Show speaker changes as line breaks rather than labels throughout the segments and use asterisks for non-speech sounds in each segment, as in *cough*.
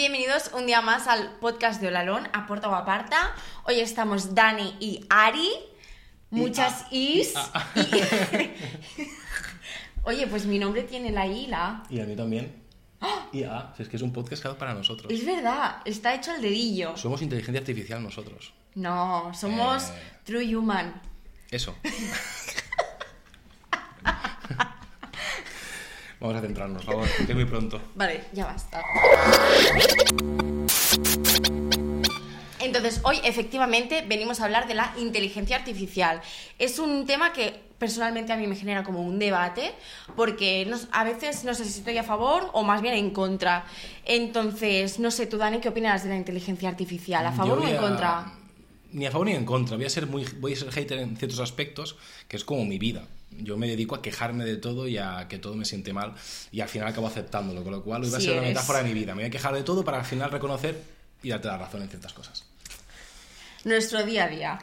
Bienvenidos un día más al podcast de Olalón, Aporta o Aparta. Hoy estamos Dani y Ari. Muchas is. y- *laughs* Oye, pues mi nombre tiene la I y la A.
Y a mí también. Y ah, si es que es un podcast creado para nosotros.
Es verdad, está hecho al dedillo.
Somos inteligencia artificial nosotros.
No, somos
Eh.
true human. *laughs*
Eso. Vamos a centrarnos, por favor, que es muy pronto.
Vale, ya basta. Entonces, hoy efectivamente venimos a hablar de la inteligencia artificial. Es un tema que personalmente a mí me genera como un debate, porque no s- a veces no sé si estoy a favor o más bien en contra. Entonces, no sé, tú, Dani, ¿qué opinas de la inteligencia artificial? ¿A favor
Mm,
o
Yo voy
en
a-
contra?
Ni a favor ni en contra. Voy a ser muy voy a ser hater en ciertos aspectos, que es como mi vida. Yo me dedico a quejarme de todo y a que todo me siente mal y al final acabo aceptándolo, con lo cual hoy va a
Sí
ser una
eres.
metáfora de mi vida. Me voy a quejar de todo para al final reconocer y darte la razón en ciertas cosas.
Nuestro día a día.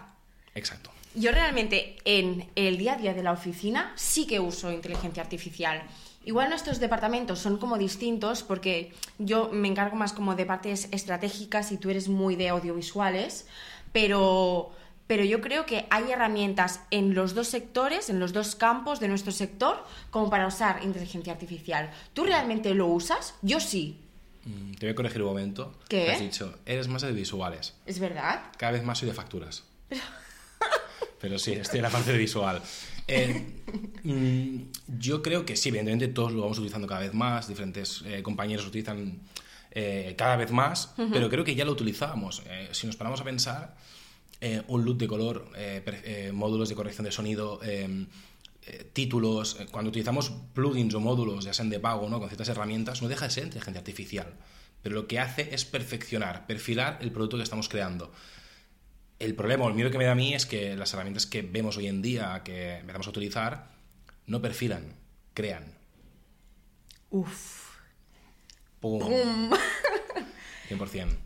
Exacto.
Yo realmente en el día a día de la oficina sí que uso inteligencia artificial. Igual nuestros departamentos son como distintos porque yo me encargo más como de partes estratégicas y tú eres muy de audiovisuales, pero, pero yo creo que hay herramientas en los dos sectores, en los dos campos de nuestro sector, como para usar inteligencia artificial. ¿Tú realmente lo usas? Yo sí,
Mm, Te voy a corregir un momento.
¿Qué?
Has dicho, eres más de visuales.
es verdad.
Cada vez más soy de facturas. Pero sí, estoy en la parte de visual. Eh, mm, yo creo que sí, evidentemente todos lo vamos utilizando cada vez más, diferentes eh, compañeros lo utilizan eh, cada vez más, pero creo que ya lo utilizábamos. Eh, si nos paramos a pensar, eh, un look de color, eh, per- eh, módulos de corrección de sonido, eh, eh, títulos, eh, cuando utilizamos plugins o módulos, ya sean de pago no, con ciertas herramientas, no deja de ser inteligencia artificial. Pero lo que hace es perfeccionar, perfilar el producto que estamos creando. El problema, o el miedo que me da a mí es que las herramientas que vemos hoy en día, que empezamos a utilizar, no perfilan, crean.
Uf.
Pum. *laughs* 100%.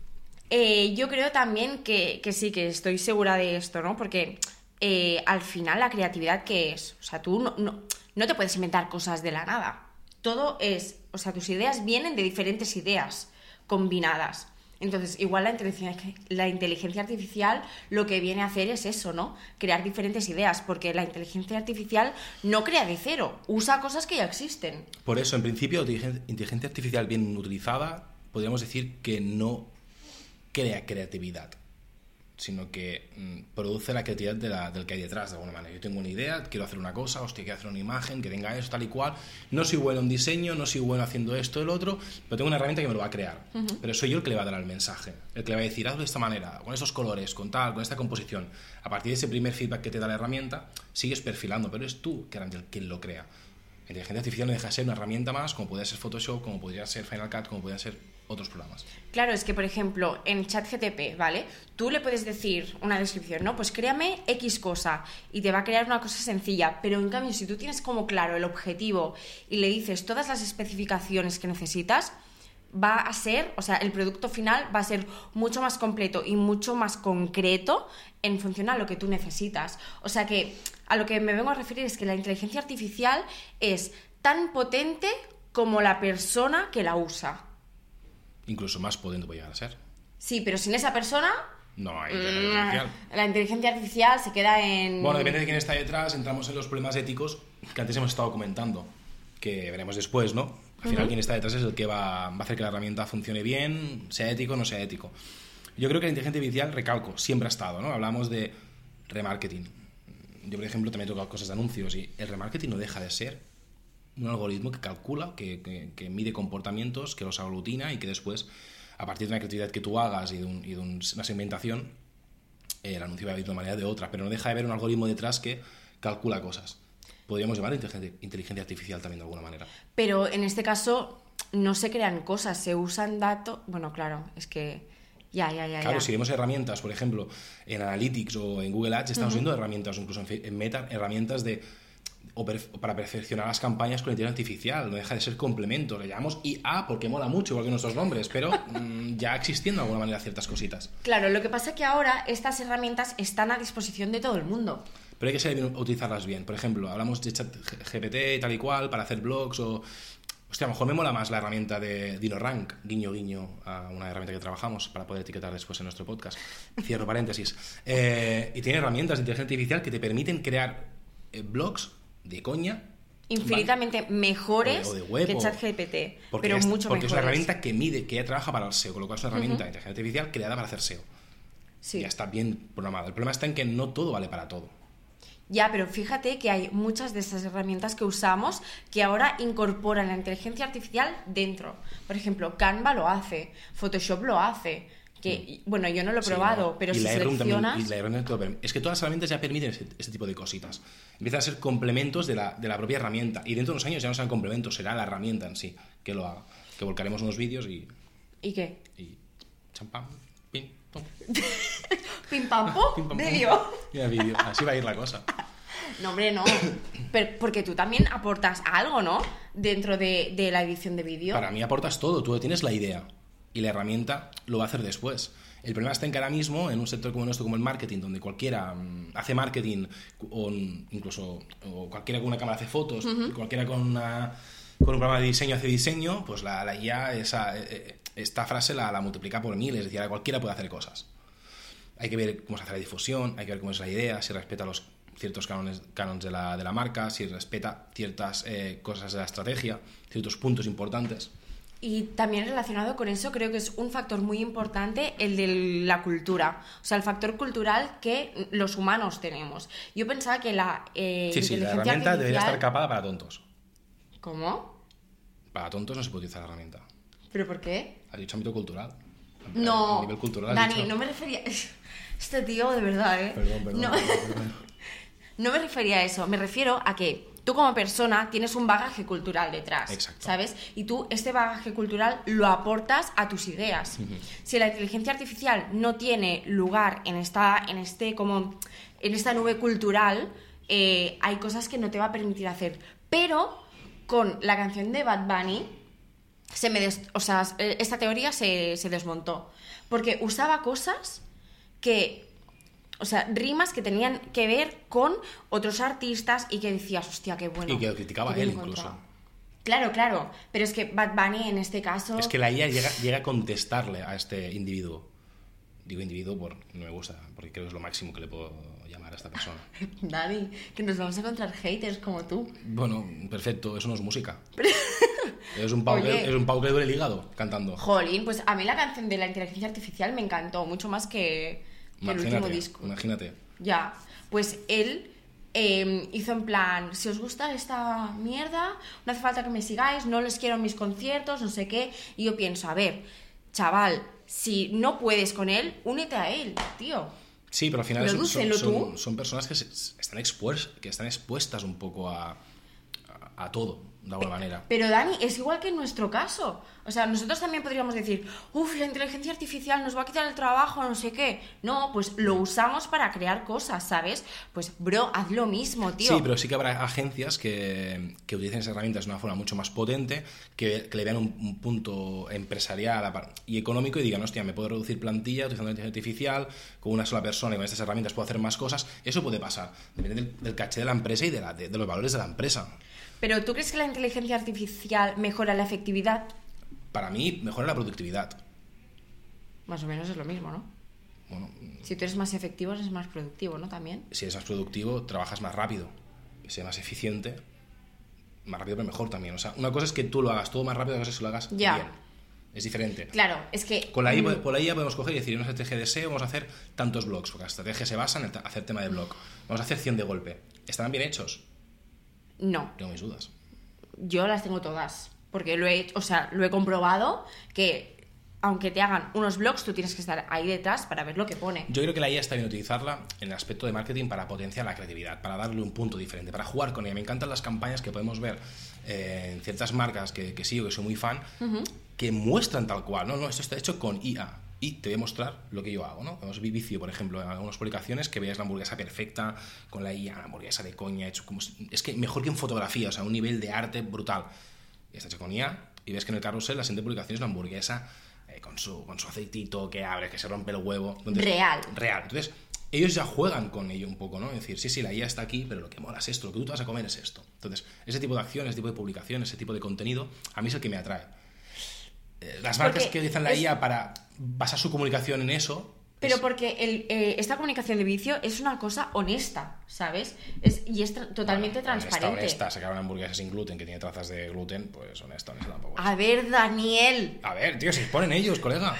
Eh, yo creo también que, que sí, que estoy segura de esto, ¿no? Porque eh, al final la creatividad que es, o sea, tú no, no, no te puedes inventar cosas de la nada. Todo es, o sea, tus ideas vienen de diferentes ideas combinadas. Entonces, igual la inteligencia, la inteligencia artificial lo que viene a hacer es eso, ¿no? Crear diferentes ideas, porque la inteligencia artificial no crea de cero, usa cosas que ya existen.
Por eso, en principio, inteligen- inteligencia artificial bien utilizada, podríamos decir que no crea creatividad, sino que mm, produce la creatividad de la- del que hay detrás, de alguna manera. Yo tengo una idea, quiero hacer una cosa, hostia, quiero hacer una imagen, que tenga eso, tal y cual. No soy bueno en diseño, no soy bueno haciendo esto, el otro, pero tengo una herramienta que me lo va a crear. Pero soy yo el que le va a dar el mensaje, el que le va a decir, hazlo de esta manera, con estos colores, con tal, con esta composición. A partir de ese primer feedback que te da la herramienta, sigues perfilando, pero es tú que eres el quien lo crea. La inteligencia artificial no deja de ser una herramienta más, como podría ser Photoshop, como podría ser Final Cut, como podría ser otros programas.
Claro, es que por ejemplo en ChatGTP, ¿vale? Tú le puedes decir una descripción, ¿no? Pues créame X cosa y te va a crear una cosa sencilla, pero en cambio si tú tienes como claro el objetivo y le dices todas las especificaciones que necesitas, va a ser, o sea, el producto final va a ser mucho más completo y mucho más concreto en función a lo que tú necesitas. O sea que a lo que me vengo a referir es que la inteligencia artificial es tan potente como la persona que la usa.
Incluso más potente puede llegar a ser.
Sí, pero sin esa persona,
No hay
Mm.
inteligencia artificial.
la inteligencia artificial se queda en...
Bueno, depende de quién está detrás, entramos en los problemas éticos que antes hemos estado comentando, que veremos después, ¿no? Al final, quien está detrás es el que va, va a hacer que la herramienta funcione bien, sea ético o no sea ético. Yo creo que la inteligencia artificial, recalco, siempre ha estado, ¿no? Hablamos de remarketing. Yo, por ejemplo, también he tocado cosas de anuncios y el remarketing no deja de ser un algoritmo que calcula, que, que- que mide comportamientos, que los aglutina y que después, a partir de una creatividad que tú hagas y de, un- y de un- una segmentación, eh, el anuncio va a ir de una manera o de otra, pero no deja de haber un algoritmo detrás que calcula cosas. Podríamos llamar inteligencia, inteligencia artificial también de alguna manera.
Pero en este caso no se crean cosas, se usan datos... Bueno, claro, es que... Ya, ya, ya.
Claro,
ya.
si vemos herramientas, por ejemplo, en Analytics o en Google Ads, estamos viendo herramientas, o incluso en, Fe- en Meta, herramientas de o perf- para perfeccionar las campañas con inteligencia artificial. No deja de ser complemento. Le llamamos IA porque mola mucho, igual que nuestros nombres, pero *laughs* mm, ya existiendo de alguna manera ciertas cositas.
Claro, lo que pasa es que ahora estas herramientas están a disposición de todo el mundo.
Pero hay que saber bien utilizarlas bien. Por ejemplo, hablamos de chat GPT y tal y cual para hacer blogs o Hostia, a lo mejor me mola más la herramienta de DinoRank, guiño guiño, a una herramienta que trabajamos para poder etiquetar después en nuestro podcast. Cierro paréntesis. Eh, y tiene herramientas de inteligencia artificial que te permiten crear eh, blogs de coña.
Infinitamente mejores
O de- o de web,
que
o-
ChatGPT,
Porque,
pero
es,
mucho
porque es la
mejores.
herramienta que mide, que ya trabaja para el SEO, con lo cual es una herramienta de inteligencia artificial creada para hacer SEO.
Sí.
Ya está bien programada. El problema está en que no todo vale para todo.
Ya, pero fíjate que hay muchas de esas herramientas que usamos que ahora incorporan la inteligencia artificial dentro. Por ejemplo, Canva lo hace, Photoshop lo hace. Que, y- bueno, yo no lo he
Sí,
probado,
no.
pero
Y
si
la Airroom también-
seleccionas.
y la Airroom te lo perm- es que todas las herramientas ya permiten ese, ese tipo de cositas. Empiezan a ser complementos de la, de la propia herramienta. Y dentro de unos años ya no serán complementos, será la herramienta en sí que lo haga. Que volcaremos unos vídeos y.
¿Y qué?
y champán. Pim, pum,
¿Pim pam pum?
*laughs* pim, pam, pum.
Vídeo.
Y el vídeo. Así va a ir la cosa.
No, hombre, no. Pero- porque tú también aportas algo, ¿no? Dentro de, de la edición de vídeo.
Para mí aportas todo, tú tienes la idea y la herramienta lo va a hacer después. El problema está en que ahora mismo, en un sector como el nuestro, como el marketing, donde cualquiera mm, hace marketing, cu- o n- incluso o cualquiera con una cámara hace fotos, cualquiera con, una, con un programa de diseño hace diseño, pues la, la IA, esa, eh, eh, esta frase la, la multiplica por mil, es decir, ahora cualquiera puede hacer cosas. Hay que ver cómo se hace la difusión, hay que ver cómo es la idea, si respeta los ciertos cánones, cánones de, la, de la marca, si respeta ciertas eh, cosas de la estrategia, ciertos puntos importantes.
Y también relacionado con eso, creo que es un factor muy importante el de la cultura. O sea, el factor cultural que los humanos tenemos. Yo pensaba que la eh,
Sí, sí, la
inteligencia
herramienta debería
artificial-
estar capada para tontos.
¿Cómo?
Para tontos no se puede utilizar la herramienta.
¿Pero por qué?
Has dicho ámbito cultural.
No.
A nivel cultural. has
Dani,
dicho-
no me refería. *laughs* Este tío, de verdad, ¿eh?
Perdón, perdón.
No,
perdón, perdón.
no me refería a eso. Me refiero a que tú, como persona, tienes un bagaje cultural detrás.
Exacto.
¿Sabes? Y tú, este bagaje cultural lo aportas a tus ideas. Si la inteligencia artificial no tiene lugar en esta, en este, como, en esta nube cultural, eh, hay cosas que no te va a permitir hacer. Pero con la canción de Bad Bunny, se me des- o sea, eh, esta teoría se, se desmontó. Porque usaba cosas que. O sea, rimas que tenían que ver con otros artistas y que decías, hostia, qué bueno.
Y que lo criticaba
qué bien
él incluso.
encontrado". Claro, claro. Pero es que Bad Bunny en este caso.
Es que la IA llega, llega a contestarle a este individuo. Digo individuo por no me gusta, porque creo que es lo máximo que le puedo llamar a esta persona.
*laughs* Dani, que nos vamos a encontrar haters como tú.
Bueno, perfecto, eso no
*laughs*
es música. es un Pau,
Oye.
es un Pau que le duele el hígado cantando.
Jolín, pues a mí la canción de la inteligencia artificial me encantó mucho más que, que el último
Imagínate,
disco.
imagínate.
Ya, pues él eh, hizo en plan, si os gusta esta mierda, no hace falta que me sigáis, no les quiero en mis conciertos, no sé qué. Y yo pienso, a ver, chaval, si no puedes con él, únete a él, tío.
Sí, pero al final son, son,
Prodúcelo
son-
tú.
son personas que, se- están expues- que están expuestas un poco a, a, a todo, de alguna manera.
Pero Dani, es igual que en nuestro caso. O sea, nosotros también podríamos decir, uff, la inteligencia artificial nos va a quitar el trabajo, no sé qué. No, pues lo usamos para crear cosas, ¿sabes? Pues, bro, haz lo mismo, tío.
Sí, pero sí que habrá agencias que, que utilicen esas herramientas de una forma mucho más potente, que, que le vean un, un punto empresarial a par- y económico y digan, hostia, me puedo reducir plantilla utilizando la inteligencia artificial, con una sola persona y con estas herramientas puedo hacer más cosas. Eso puede pasar. Depende del, del caché de la empresa y de, la- de- de los valores de la empresa.
Pero ¿tú crees que la inteligencia artificial mejora la efectividad?
Para mí, mejora la productividad.
Más o menos es lo mismo, ¿no?
Bueno,
Si tú eres más efectivo, eres más productivo, ¿no? También.
si eres más productivo, trabajas más rápido, y seas más eficiente, más rápido pero mejor también. O sea, una cosa es que tú lo hagas todo más rápido, otra cosa es que lo hagas
Ya.
bien. Es diferente.
Claro, es que...
Con la IA, po- por la IA podemos coger y decir, en una estrategia de SEO vamos a hacer tantos blogs, porque la estrategia se basa en el ta- hacer tema de blog. Vamos a hacer 100 de golpe. ¿Estarán bien hechos?
No,
Tengo mis dudas.
yo las tengo todas. Porque lo he, o sea, lo he comprobado que aunque te hagan unos blogs, tú tienes que estar ahí detrás para ver lo que pone.
Yo creo que la IA está bien utilizarla en el aspecto de marketing para potenciar la creatividad, para darle un punto diferente, para jugar con ella. Me encantan las campañas que podemos ver eh, en ciertas marcas que, que sigo, que soy muy fan, que muestran tal cual. No, no, esto está hecho con IA. Y te voy a mostrar lo que yo hago, ¿no? Vemos Vicio, por ejemplo, en algunas publicaciones que veías la hamburguesa perfecta con la IA, la hamburguesa de coña, hecho como... si- Es que mejor que en fotografía, o sea, un nivel de arte brutal. Y está hecho con IA, y ves que en el carrusel la siguiente publicación es la hamburguesa eh, con, su, con su aceitito que abre, que se rompe el huevo. Entonces-
Real.
Real. Entonces, ellos ya juegan con ello un poco, ¿no? Es decir, sí, sí, la IA está aquí, pero lo que mola es esto, lo que tú te vas a comer es esto. Entonces, ese tipo de acción, ese tipo de publicación, ese tipo de contenido, a mí es el que me atrae. Eh, Las marcas
Porque
que utilizan la
es-
IA para basar su comunicación en eso.
Pero
es-
porque el, eh, esta comunicación de vicio es una cosa honesta, ¿sabes? Es, y es tra- totalmente
Bueno, honesta, pues.
transparente.
honesta, sacar una hamburguesa sin gluten que tiene trazas de gluten, pues honesta, honesta tampoco.
A ver, Daniel.
A ver, tío, se exponen ellos, colega.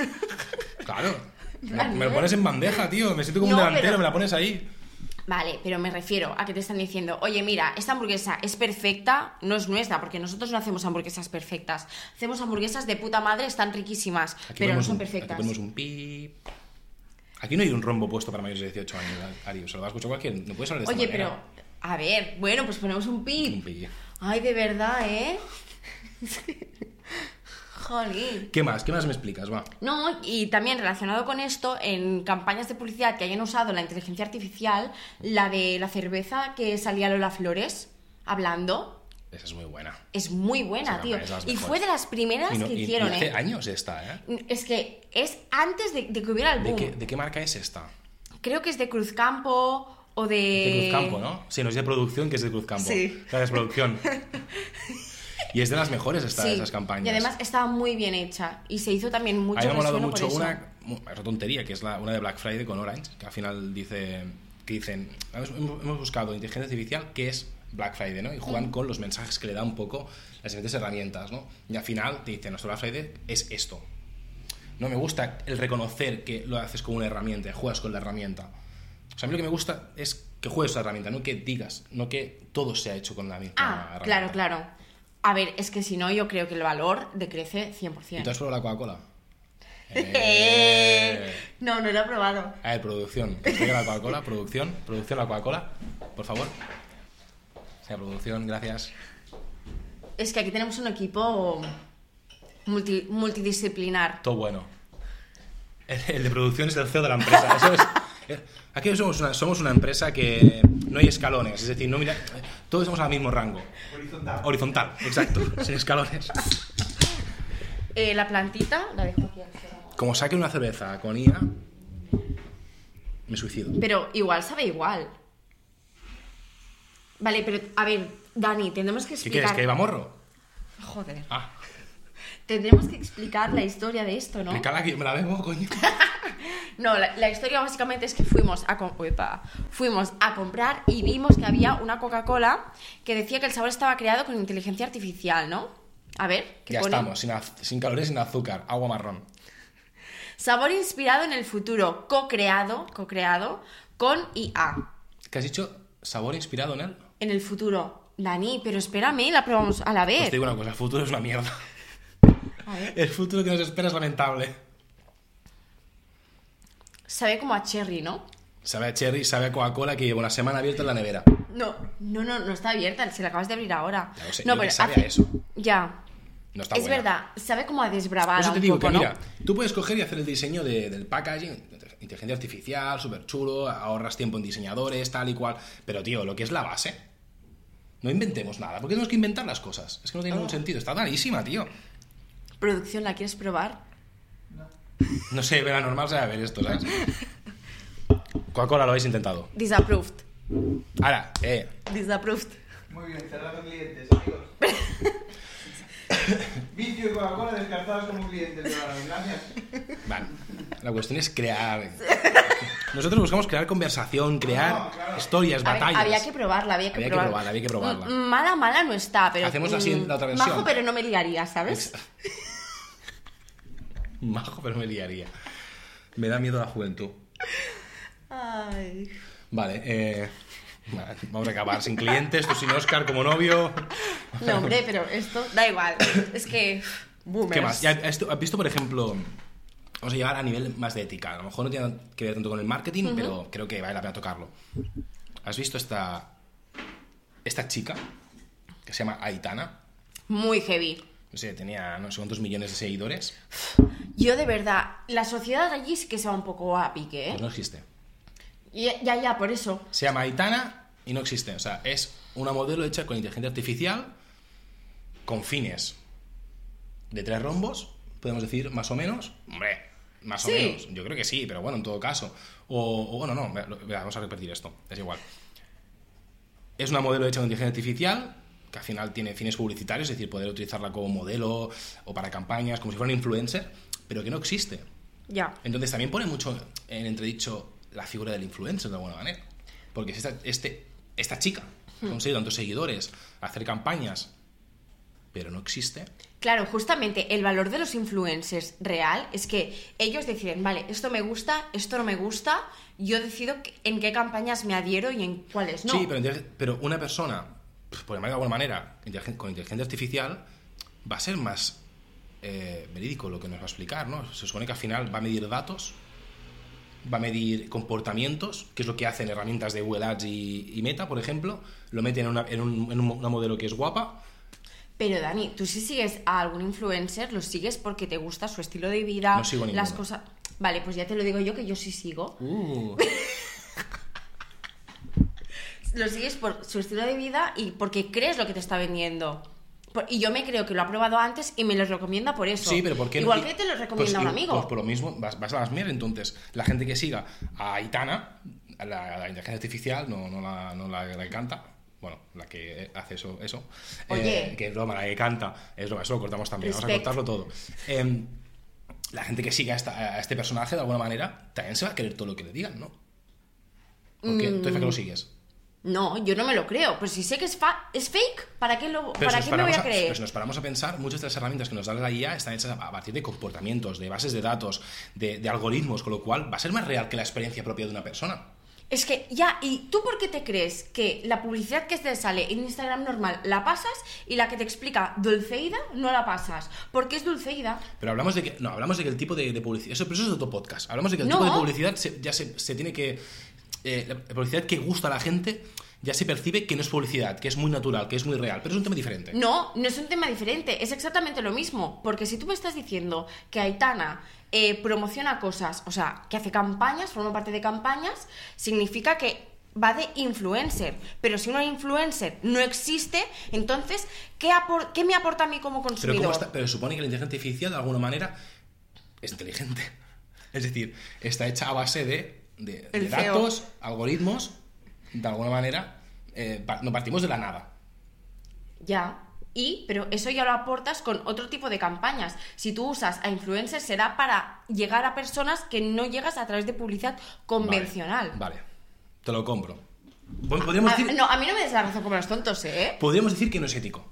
*laughs*
Claro. Me, me
Daniel.
lo pones en bandeja, tío. Me siento como
No,
un delantero,
pero-
me la pones ahí.
Vale, pero me refiero a que te están diciendo, oye, mira, esta hamburguesa es perfecta, no es nuestra, porque nosotros no hacemos hamburguesas perfectas. Hacemos hamburguesas de puta madre, están riquísimas, pero no
ponemos
son
un-
perfectas.
Aquí ponemos un pip. Aquí no hay un rombo puesto para mayores de 18 años, Ari. Se lo va a escuchar cualquiera. No puedes hablar de esta
Oye, pero,
manera.
a ver, bueno, pues ponemos un
Un
pip.
pi.
Ay, de verdad, ¿eh? *laughs* Jolín.
¿Qué más? ¿Qué más me explicas? Va.
No, y también relacionado con esto, en campañas de publicidad que hayan usado la inteligencia artificial, la de la cerveza que salía Lola Flores hablando,
Esa es muy buena.
es muy buena,
Esa
tío.
campaña es de las
Y
mejores.
fue de las primeras
Y no-
que
y- y
hicieron,
hace
¿eh?
años esta, ¿eh?
Es que es antes de, de que hubiera el
¿De
boom.
qué, de qué marca es esta?
Creo que es de Cruzcampo o de...
De Cruzcampo, ¿no? Sí, no es de producción, que es de Cruzcampo.
Eh, Sí.
Gracias,
*laughs*
producción. y es de las mejores esta,
Sí.
esas campañas.
Y además estaba muy bien hecha. Y se hizo también mucho
a mí me ha molado
resueno por
mucho
eso.
una, mu- es una tontería, que es la, una de Black Friday con Orange, que al final dice, que dicen, hemos, hemos buscado inteligencia artificial, que es Black Friday, ¿no? Y
Mm.
juegan con los mensajes que le da un poco las diferentes herramientas, ¿no? Y al final te dicen, nuestro Black Friday es esto. No me gusta el reconocer que lo haces con una herramienta, juegas con la herramienta. O sea, a mí lo que me gusta es que juegues con la herramienta, no que digas, no que todo se ha hecho con la misma
Ah,
herramienta.
claro, claro. A ver, es que si no, yo creo que el valor decrece 100%. *laughs*
¿Y tú has probado la Coca-Cola? Eh.
no, no lo he probado.
A
*laughs*
ver, producción. Que traiga la Coca-Cola, producción. Producción, la Coca-Cola, por favor. Sea producción, gracias.
Es que aquí tenemos un equipo multi- multidisciplinar.
Todo bueno. El, el de producción es el CEO de la empresa. Eso es. Eh, Aquí somos una, somos una empresa que no hay escalones, es decir, no mira, todos estamos al mismo rango.
Horizontal.
Horizontal, exacto, sin escalones.
Eh, la plantita la dejo aquí.
Como saque una cerveza con IA, me suicido.
Pero igual sabe igual. Vale, pero a ver, Dani, tendremos que
¿Qué
explicar.
quieres? ¿Que Eva Morro?
Joder.
Ah,
Tendremos que explicar la historia de esto, ¿no?
explícala que yo me la bebo, coño.
No, la, la historia básicamente es que fuimos a, com- Uepa. fuimos a comprar y vimos que había una Coca-Cola que decía que el sabor estaba creado con inteligencia artificial, ¿no? A ver, ¿qué
Ya
pone?
estamos, sin, az- sin calores, sin azúcar, agua marrón.
Sabor inspirado en el futuro, co-creado, co-creado con IA.
¿Qué has dicho? ¿Sabor inspirado en él?
En el futuro. Dani, pero espérame, la probamos a la
Pues
vez.
te digo una cosa, el futuro es una mierda. *laughs*
A ver.
El futuro que nos espera es lamentable.
Sabe como a cherry, ¿no?
Sabe a cherry, sabe a Coca-Cola que lleva una semana abierta en la nevera.
No, no, no, no está abierta, se la acabas de abrir ahora.
Ya lo sé,
no,
yo que sabe a eso.
Ya.
No está
es
buena.
verdad, sabe como a
Por
desbravada.
eso te
un
digo
poco,
que
¿no?
mira, tú puedes coger y hacer el diseño de- del packaging, inteligencia artificial, súper chulo, ahorras tiempo en diseñadores, tal y cual. Pero tío, lo que es la base, no inventemos nada. ¿Por qué tenemos que inventar las cosas? Es que no tiene
Ah.
ningún sentido, está malísima, tío.
Producción, ¿la quieres probar?
No sé, verá normal sabe a ver
*laughs*
esto, ¿sabes? Coca-Cola lo habéis intentado.
Disapproved.
Ahora, eh,
Disapproved.
Muy bien, cerrado clientes, amigos. Vicio y Coca-Cola descartados como clientes. de ahora, Gracias.
Vale. La cuestión es crear. Nosotros buscamos crear conversación, crear
No, claro.
historias,
A ver,
batallas.
había que probarla, había que
Había que
probarla.
probarla, había que probarla.
Mm, Mala, mala no está, pero.
Hacemos así en la otra
mm,
versión.
Majo, pero no me ligaría, ¿sabes?
*laughs* Majo, pero me liaría. Me da miedo la juventud. *laughs*
Ay.
Vale, eh, vale, vamos a acabar sin clientes, tú sin Oscar como novio.
No, hombre, pero esto da igual. Es que. Boomers.
¿Qué más? Ya, esto- ¿Has visto, por ejemplo, vamos a llegar a nivel más de ética? A lo mejor no tiene que ver tanto con el marketing, pero creo que vale la pena tocarlo. ¿Has visto esta, esta chica que se llama Aitana?
Muy heavy.
No sé, tenía no sé cuántos millones de seguidores.
Yo, de verdad, la sociedad allí sí que se va un poco a pique,
Pues
¿eh?
no existe.
Ya, ya, ya, por eso.
Se llama Aitana y no existe. O sea, es una modelo hecha con inteligencia artificial con fines de tres rombos, podemos decir más o menos. Hombre, Más
Sí.
o menos. Yo creo que sí, pero bueno, en todo caso. O, o bueno, no, mira, lo- mira, vamos a repetir esto. Es igual. Es una modelo hecha con inteligencia artificial que al final tiene fines publicitarios, es decir, poder utilizarla como modelo o para campañas, como si fuera un influencer, pero que no existe.
Ya.
Entonces también pone mucho en entredicho la figura del influencer de alguna manera. Porque si esta, este, esta chica ha conseguido tantos seguidores, hacer campañas, pero no existe,
Claro, justamente el valor de los influencers real es que ellos deciden, vale, esto me gusta, esto no me gusta, yo decido que- en qué campañas me adhiero y en cuáles no.
Sí, pero, inte- pero una persona, pues, por llamarlo de alguna manera, inteligen- con inteligencia artificial, va a ser más eh, verídico lo que nos va a explicar, ¿no? Se supone que al final va a medir datos, va a medir comportamientos, que es lo que hacen herramientas de Google Ads y, y Meta, por ejemplo, lo meten en, una- en un, en un- una modelo que es guapa,
Pero, Dani, tú si sigues a algún influencer, lo sigues porque te gusta su estilo de vida,
No sigo a
las
ninguno.
cosas... Vale, pues ya te lo digo yo que yo sí sigo.
Uh.
*laughs* Lo sigues por su estilo de vida y porque crees lo que te está vendiendo. Por- y yo me creo que lo ha probado antes y me lo recomienda por eso.
Sí, pero ¿por qué no?
Igual que te lo recomienda
Pues,
un
y-
amigo.
Pues por lo mismo, vas, vas a las mierdas. Entonces, la gente que siga a Aitana, a la, a la inteligencia artificial, no, no, la, no la, la que canta. Bueno, la que hace eso, eso. eh,
Oye.
que es broma, la que canta. Es broma, eso lo cortamos también.
Respect.
Vamos a cortarlo todo. Em, la gente que siga a, esta- a este personaje, de alguna manera, también se va a querer todo lo que le digan, ¿no? Porque, Entonces,
Mm.
¿para qué lo sigues?
No, yo no me lo creo. Pero si sé que es, fa- es fake, ¿para qué, lo,
Pero
¿para
si nos
qué me voy
paramos
a creer?
pero si nos paramos a pensar, muchas de las herramientas que nos da la IA están hechas a a partir de comportamientos, de bases de datos, de, de algoritmos, con lo cual va a ser más real que la experiencia propia de una persona.
Es que ya, ¿y tú por qué te crees que la publicidad que te sale en Instagram normal la pasas y la que te explica Dulceida no la pasas? Porque es Dulceida.
Pero hablamos de que, no, hablamos de que el tipo de, de publicidad, eso, pero eso es otro podcast, hablamos de que el
No.
tipo de publicidad se- ya se, se tiene que, eh, la publicidad que gusta a la gente ya se percibe que no es publicidad, que es muy natural, que es muy real, pero es un tema diferente.
No, no es un tema diferente, es exactamente lo mismo. Porque si tú me estás diciendo que Aitana eh, promociona cosas, o sea, que hace campañas, forma parte de campañas, significa que va de influencer. Pero si una influencer no existe, entonces, ¿qué, apor- qué me aporta a mí como
Pero,
consumidor?
¿cómo está- pero supone que la inteligencia artificial, de alguna manera, es inteligente. *laughs* Es decir, está hecha a base de, de-
El
de
CEO.
datos, algoritmos, de alguna manera, eh, pa- no partimos de la nada.
Ya. Y, pero eso ya lo aportas con otro tipo de campañas. Si tú usas a influencers, será para llegar a personas que no llegas a través de publicidad convencional.
Vale, vale. te lo compro. Pod- Podríamos,
A-
decir,
no, a mí no me des la razón como los tontos, ¿eh?
podríamos decir que no es ético.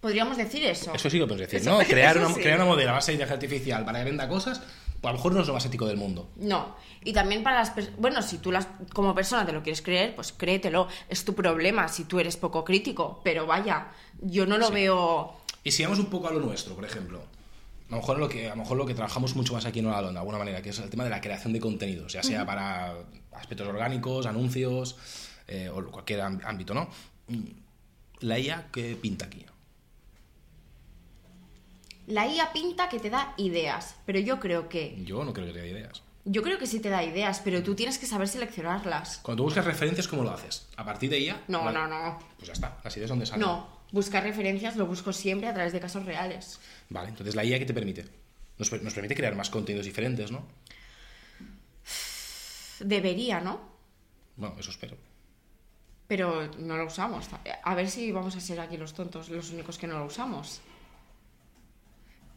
Podríamos decir eso.
Eso sí lo podemos decir,
Eso-
¿no? Crear,
eso *laughs*
una,
sí.
crear una modelo a base de inteligencia artificial para que venda cosas, pues a lo mejor no es lo más ético del mundo.
No. Y también para las personas. Bueno, si tú las, como persona te lo quieres creer, pues créetelo. Es tu problema si tú eres poco crítico. Pero vaya, yo no lo
Sí.
veo.
Y sigamos un poco a lo nuestro, por ejemplo. A lo mejor lo que, a lo, mejor lo que trabajamos mucho más aquí en Olalón, de alguna manera, que es el tema de la creación de contenidos, ya sea para aspectos orgánicos, anuncios eh, o cualquier am- ámbito, ¿no? Mm, La IA, ¿qué pinta aquí?
La IA pinta que te da ideas. Pero yo creo que.
Yo no creo que te dé ideas.
Yo creo que sí te da ideas, pero tú tienes que saber seleccionarlas.
Cuando tú buscas referencias, ¿cómo lo haces? ¿A partir de IA?
No,
Vale.
no, no.
Pues ya está, las ideas dónde salen.
No. Buscar referencias lo busco siempre a través de casos reales.
Vale, entonces la IA, ¿qué te permite? Nos, per- nos permite crear más contenidos diferentes, ¿no?
Debería, ¿no?
Bueno, eso espero.
Pero no lo usamos. A ver si vamos a ser aquí los tontos, los únicos que no lo usamos.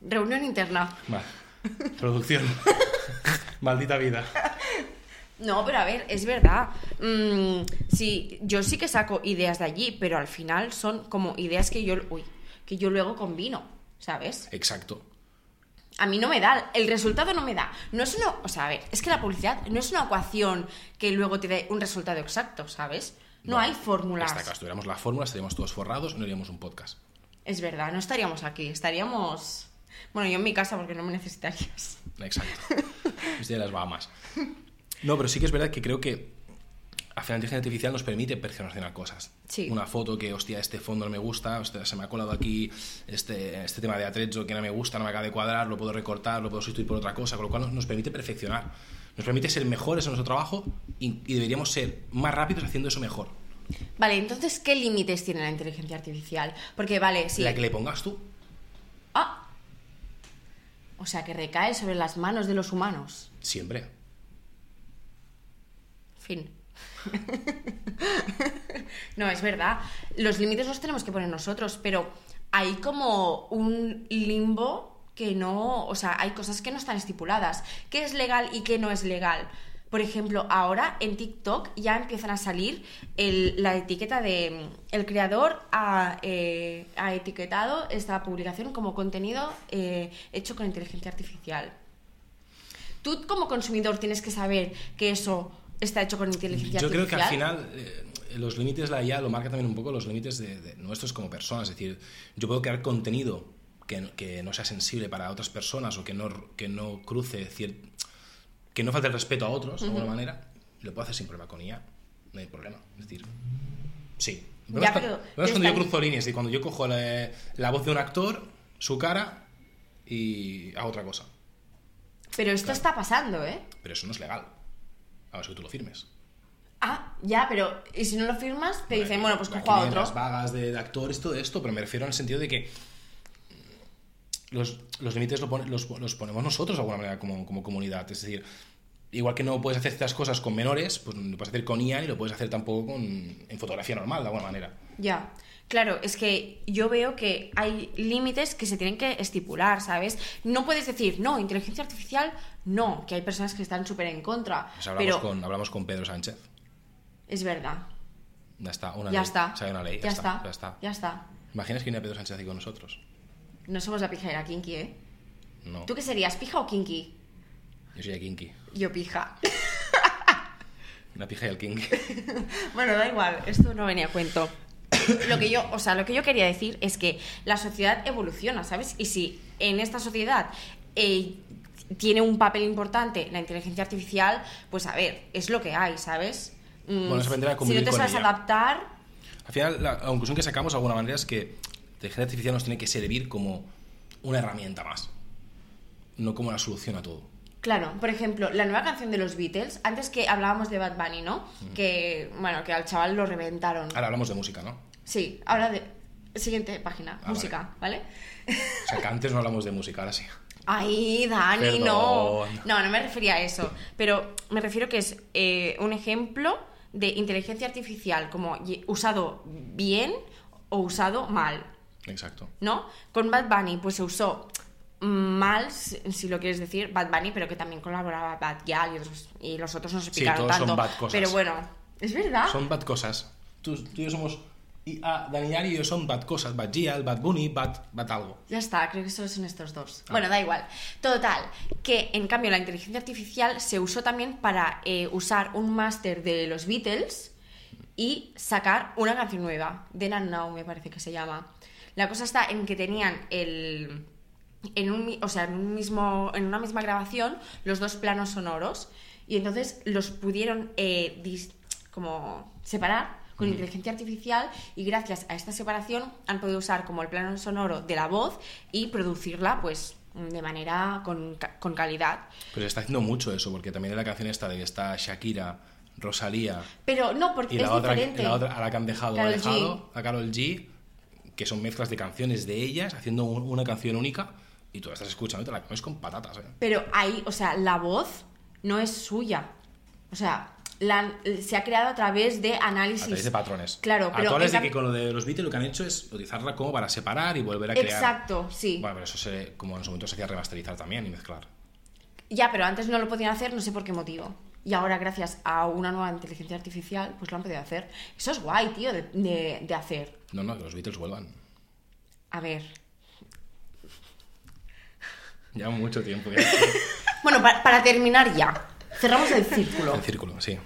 Reunión interna. *laughs*
Vale. Producción. Maldita vida.
No, pero a ver, es verdad. Mm, sí, yo sí que saco ideas de allí, pero al final son como ideas que yo, uy, que yo luego combino, ¿sabes?
Exacto.
A mí no me da, el resultado no me da. No es una, o sea, a ver, es que la publicidad no es una ecuación que luego te dé un resultado exacto, ¿sabes? No, hay fórmulas.
Hasta que tuviéramos la fórmula, estaríamos todos forrados y no haríamos un podcast.
Es verdad, no estaríamos aquí, estaríamos bueno, yo en mi casa porque no me necesitarías. *laughs*
Exacto. Estoy de las Bahamas. No, pero sí que es verdad que creo que al final la inteligencia artificial nos permite perfeccionar cosas.
Sí.
Una foto que, hostia, este fondo no me gusta, hostia, se me ha colado aquí este, este tema de atrecho que no me gusta, no me acaba de cuadrar, lo puedo recortar, lo puedo sustituir por otra cosa, con lo cual nos, nos permite perfeccionar. Nos permite ser mejores en nuestro trabajo y, y deberíamos ser más rápidos haciendo eso mejor.
*laughs* Vale, entonces ¿qué límites tiene la inteligencia artificial? Porque vale, sí.
La que le pongas tú.
Ah. O O sea, que recae sobre las manos de los humanos.
Siempre.
Fin. no, es verdad. Los límites los tenemos que poner nosotros, pero hay como un limbo que no. O sea, hay cosas que no están estipuladas. ¿Qué es legal y qué no es legal? Por ejemplo, ahora en TikTok ya empiezan a salir el- la etiqueta de. El creador ha, eh, ha etiquetado esta publicación como contenido eh, hecho con inteligencia artificial. Tú, como consumidor, tienes que saber que eso está hecho con inteligencia
Yo creo
artificial.
que al final eh, los límites la IA lo marca también un poco los límites de, de nuestros como personas. Es decir, yo puedo crear contenido que, no- que no sea sensible para otras personas o que no, que no cruce cier- que no falte el respeto a otros de alguna manera, lo puedo hacer sin problema con IA. No hay problema. Es decir, sí.
Ya,
Vemos cu-
pero-
vemos
pero
cuando yo
está-
cruzo líneas y cuando yo cojo la, la voz de un actor, su cara y hago otra cosa.
Pero esto
Claro.
está pasando, ¿eh?
Pero eso no es legal. A ver si tú lo firmes.
Ah, ya, pero. Y si no lo firmas, te dicen, bueno, pues
Aquí
cojo a
vienen
otro.
Las vagas de, de actores, todo esto, pero me refiero en el sentido de que los, los límites lo pone- los, los ponemos nosotros de alguna manera como, como comunidad. Es decir, igual que no puedes hacer estas cosas con menores, pues no lo puedes hacer con IA ni lo puedes hacer tampoco con, en fotografía normal, de alguna manera.
Ya, claro, es que yo veo que hay límites que se tienen que estipular, ¿sabes? No puedes decir, no, inteligencia artificial, no, que hay personas que están súper en contra.
Pues hablamos,
pero
con, hablamos con Pedro Sánchez.
es verdad,
Ya está, una
ya
ley.
está.
O sea, hay una ley.
ya, está,
Ya está.
ya está.
¿Imaginas que viene Pedro Sánchez aquí con nosotros?
No somos la pija y la kinky, ¿eh?
No.
¿Tú qué serías, pija o kinky?
Yo soy el kinky.
Yo pija.
La pija y el kinky.
Bueno, da igual, esto no venía a cuento. Lo que yo, o sea, lo que yo quería decir es que la sociedad evoluciona, ¿sabes? Y si en esta sociedad eh, tiene un papel importante la inteligencia artificial, pues a ver, es lo que hay, ¿sabes? Mm,
Bueno, se vendrá a
si
convivir
no te
con
sabes
ella.
adaptar,
Al final, la, la conclusión que sacamos de alguna manera es que la inteligencia artificial nos tiene que servir como una herramienta más, no como la solución a todo.
Claro, por ejemplo, la nueva canción de los Beatles, antes que hablábamos de Bad Bunny, ¿no?
Mm.
Que, bueno, que al chaval lo reventaron.
Ahora hablamos de música, ¿no? O
Sí, ahora de... Siguiente página,
Ah,
música, ¿vale?
sea, que antes no hablamos de música, ahora sí.
Ay, Dani,
Perdón.
no. No, no me refería a eso. Pero me refiero que es eh, un ejemplo de inteligencia artificial, como ye- usado bien o usado mal,
Exacto.
¿no? Con Bad Bunny, pues se usó mal, si si lo quieres decir, Bad Bunny, pero que también colaboraba Bad Gyal y los, y los otros no se
Sí,
picaron
todos son
tanto.
bad cosas.
Pero bueno, es verdad.
Son bad cosas. Tú, tú y yo somos. Y, ah, Dani Ari y yo son bad cosas. Bad Gial, bad Bunny, bad, bad algo.
Ya está, creo que solo son estos dos. Bueno, da igual. Total, que en cambio la inteligencia artificial se usó también para eh, usar un máster de los Beatles y sacar una canción nueva, de Nan Now me parece que se llama. La cosa está en que tenían el... En un, mi- o sea, en, un mismo, en una misma grabación los dos planos sonoros y entonces los pudieron eh, dis- como separar
Mm.
con inteligencia artificial y gracias a esta separación han podido usar como el plano sonoro de la voz y producirla pues de manera con, ca- con calidad.
Pero Pues se está haciendo mucho eso, porque también en la canción esta de que está Shakira, Rosalía
Pero no, porque
y
es
la otra,
diferente.
la otra a la que han dejado
Karol G.
a dejado, a Carol G, que son mezclas de canciones de ellas, haciendo un- una canción única, y tú la estás escuchando y te la comes con patatas, ¿eh?
Pero ahí, o sea, la voz no es suya. O sea, la han- se ha creado a través de
A
análisis.
través de patrones.
Claro, pero
A través
en
de que
cam-
con lo de los Beatles lo que han hecho es utilizarla como para separar y volver a crear.
Exacto, sí.
Bueno, pero eso se, como en su momento se hacía remasterizar también y mezclar.
Ya, pero antes no lo podían hacer, no sé por qué motivo. Y ahora, gracias a una nueva inteligencia artificial, pues lo han podido hacer. Eso es guay, tío, de, de- de hacer.
No, no, que los Beatles vuelvan.
A ver.
Ya mucho tiempo. Ya.
Bueno, pa- para terminar ya, cerramos el círculo.
El círculo, sí.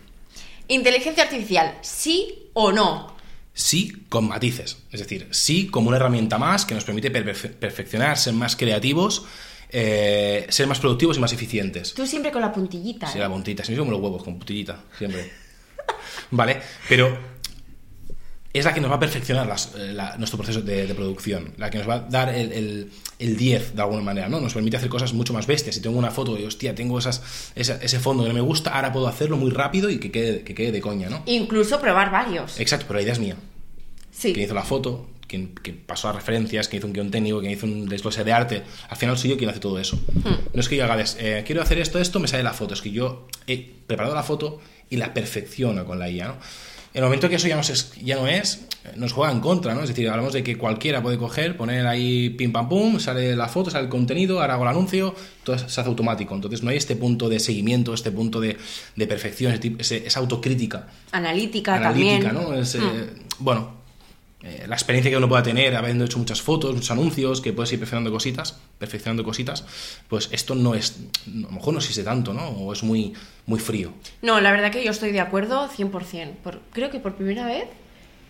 Inteligencia artificial, sí o no.
sí con matices. Es decir, sí como una herramienta más que nos permite perfe- perfeccionar, ser más creativos, eh, ser más productivos y más eficientes.
Tú siempre con la puntillita.
Sí,
¿eh?
la puntita, siempre como los huevos, con puntillita, siempre. *laughs* Vale, pero es la que nos va a perfeccionar las- eh, la- nuestro proceso de, de producción, la que nos va a dar el, el- el 10 de alguna manera, ¿no? Nos permite hacer cosas mucho más bestias. Si tengo una foto y, hostia, tengo esas, esa- ese fondo que no me gusta, ahora puedo hacerlo muy rápido y que quede, que quede de coña, ¿no? Eh,
Incluso probar varios.
Exacto, pero la idea es mía
Sí.
quién hizo la foto, quien, que pasó a referencias, quien hizo un guión técnico, quien hizo un desglose de arte, al final soy yo quien hace todo eso. No es que yo haga, "Ves, eh, quiero hacer esto, esto, me sale la foto. Es que yo he preparado la foto y la perfecciono con la IA, ¿no? En el momento que eso ya, nos es, ya no es, eh, nos juega en contra, ¿no? Es decir, hablamos de que cualquiera puede coger, poner ahí pim pam pum, sale la foto, sale el contenido, ahora hago el anuncio, todo se hace automático. Entonces no hay este punto de seguimiento, este punto de, de perfección, este- ese- esa autocrítica
Analítica,
analítica,
también. Mm.
¿no? Es, eh, bueno, eh, la experiencia que uno pueda tener habiendo hecho muchas fotos, muchos anuncios, que puedes ir perfeccionando cositas, perfeccionando cositas, pues esto no es, a lo mejor no existe tanto, ¿no? O es muy, muy frío.
No, la verdad que yo estoy de acuerdo 100%. Por- creo que por primera vez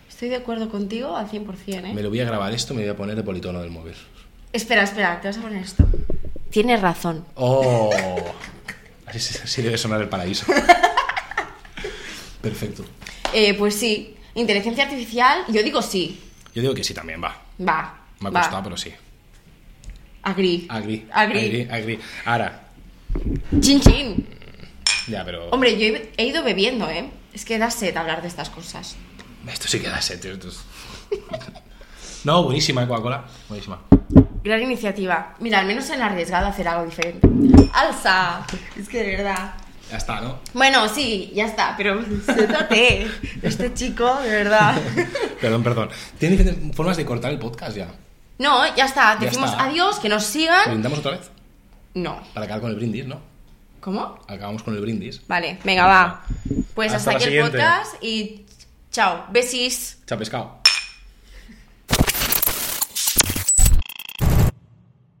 estoy de acuerdo contigo al 100%, ¿eh?
Me lo voy a grabar esto, me voy a poner de politono del móvil.
Espera, espera, te vas a poner esto. Tienes razón.
¡Oh! *laughs* Así, se- así debe sonar el paraíso. Perfecto.
Eh, pues sí, inteligencia artificial, yo digo sí.
Yo digo que sí también, va.
Va.
Me ha
va.
costado, pero sí.
Agri.
Agri.
Agri.
Agri. agri. Ahora,
Chin, chin.
ya, pero...
Hombre, yo he, he ido bebiendo, ¿eh? Es que da sed hablar de estas cosas.
Esto sí que da sed, tío, esto es- No, buenísima eh, Coca-Cola. Buenísima.
Gran iniciativa. Mira, al menos se han arriesgado a hacer algo diferente. ¡Alza! Es que de verdad.
Ya está, ¿no?
Bueno, sí, ya está, pero *laughs* siéntate. Este chico, de
*laughs*
verdad.
Perdón, perdón. Tienen diferentes formas de cortar el podcast ya.
No, ya está.
Ya
Decimos
está.
adiós, que nos sigan.
Brindamos otra vez
No.
para acabar con el brindis, ¿no?
¿Cómo?
Acabamos con el brindis.
Vale, venga, va. Pues
Hasta
hasta,
la
aquí el
siguiente.
podcast y chao. Besis.
Chao, pescado.